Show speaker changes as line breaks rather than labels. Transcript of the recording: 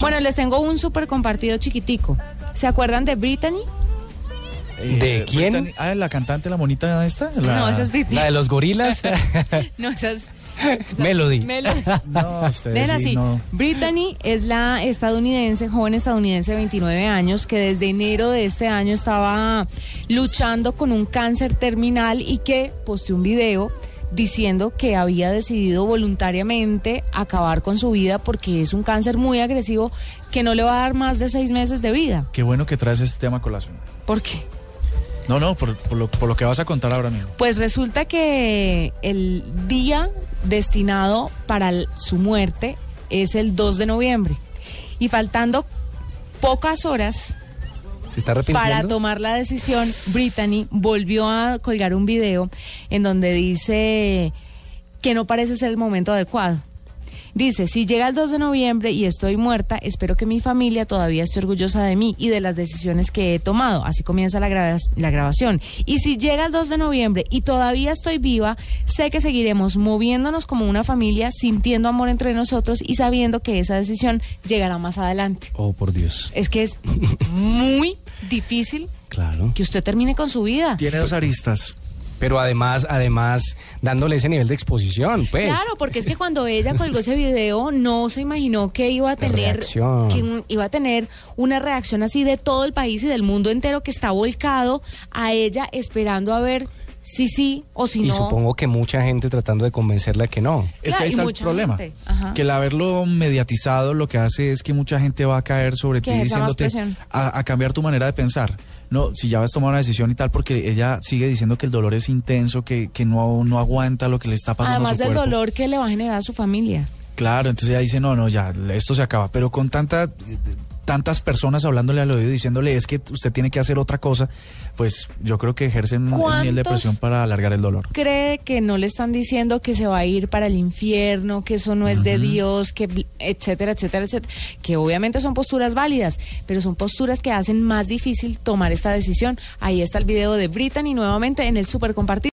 Bueno, les tengo un súper compartido chiquitico. ¿Se acuerdan de Brittany?
¿De
pues,
Eh,
quién?
Brittany- ah, la cantante, la monita esta. La... Ah,
No, esa es Britney.
Ah, La de los gorilas.
No, esas.
Melody.
Melody.
No, ustedes
Ven
sí,
así.
no.
Brittany es la estadounidense, joven estadounidense de 29 años, que desde enero de este año estaba luchando con un cáncer terminal y que posteó un video diciendo que había decidido voluntariamente acabar con su vida porque es un cáncer muy agresivo que no le va a dar más de seis meses de vida.
Qué bueno que traes este tema a colación.
¿Por qué?
No, no, por, por lo, por lo que vas a contar ahora mismo.
Pues resulta que el día destinado para el- su muerte es el 2 de noviembre. Y faltando pocas horas
¿Se está
para
arrepintiendo?
tomar la decisión, Brittany volvió a colgar un video en donde dice que no parece ser el momento adecuado. Dice, si llega el 2 de noviembre y estoy muerta, espero que mi familia todavía esté orgullosa de mí y de las decisiones que he tomado. Así comienza la, gra- la grabación. Y si llega el 2 de noviembre y todavía estoy viva, sé que seguiremos moviéndonos como una familia, sintiendo amor entre nosotros y sabiendo que esa decisión llegará más adelante.
Oh, por Dios.
Es que es muy difícil
Claro.
que usted termine con su vida.
Tiene dos aristas.
Pero además, además, dándole ese nivel de exposición, pues.
Claro, porque es que cuando ella colgó ese video no se imaginó que iba a tener
reacción.
que un- iba a tener una reacción así de todo el país y del mundo entero que está volcado a ella esperando a ver si sí o si
Y
no.
supongo que mucha gente tratando de convencerla que no.
Es
Claro,
que ahí
y
está el
mucha
problema.
gente, ajá.
Que el haberlo mediatizado lo que hace es que mucha gente va a caer sobre
Que
ti
ejerza más
diciéndote
presión.
a, a cambiar tu manera de pensar. No, si ya has tomado una decisión y tal, porque ella sigue diciendo que el dolor es intenso, que, que no, no aguanta lo que le está pasando a
Además
su
del
cuerpo.
dolor que le va a generar a su familia.
Claro, entonces ella dice, no, no, ya, esto se acaba. Pero con tanta, eh, tantas personas hablándole al oído y diciéndole, es que usted tiene que hacer otra cosa, pues yo creo que ejercen un nivel de
¿Cuántos?
presión para alargar el dolor.
cree que no le están diciendo que se va a ir para el infierno, que eso no es de Dios, que bl- etcétera, etcétera, etcétera, que obviamente son posturas válidas, pero son posturas que hacen más difícil tomar esta decisión. Ahí está el video de Brittany nuevamente en el super compartido.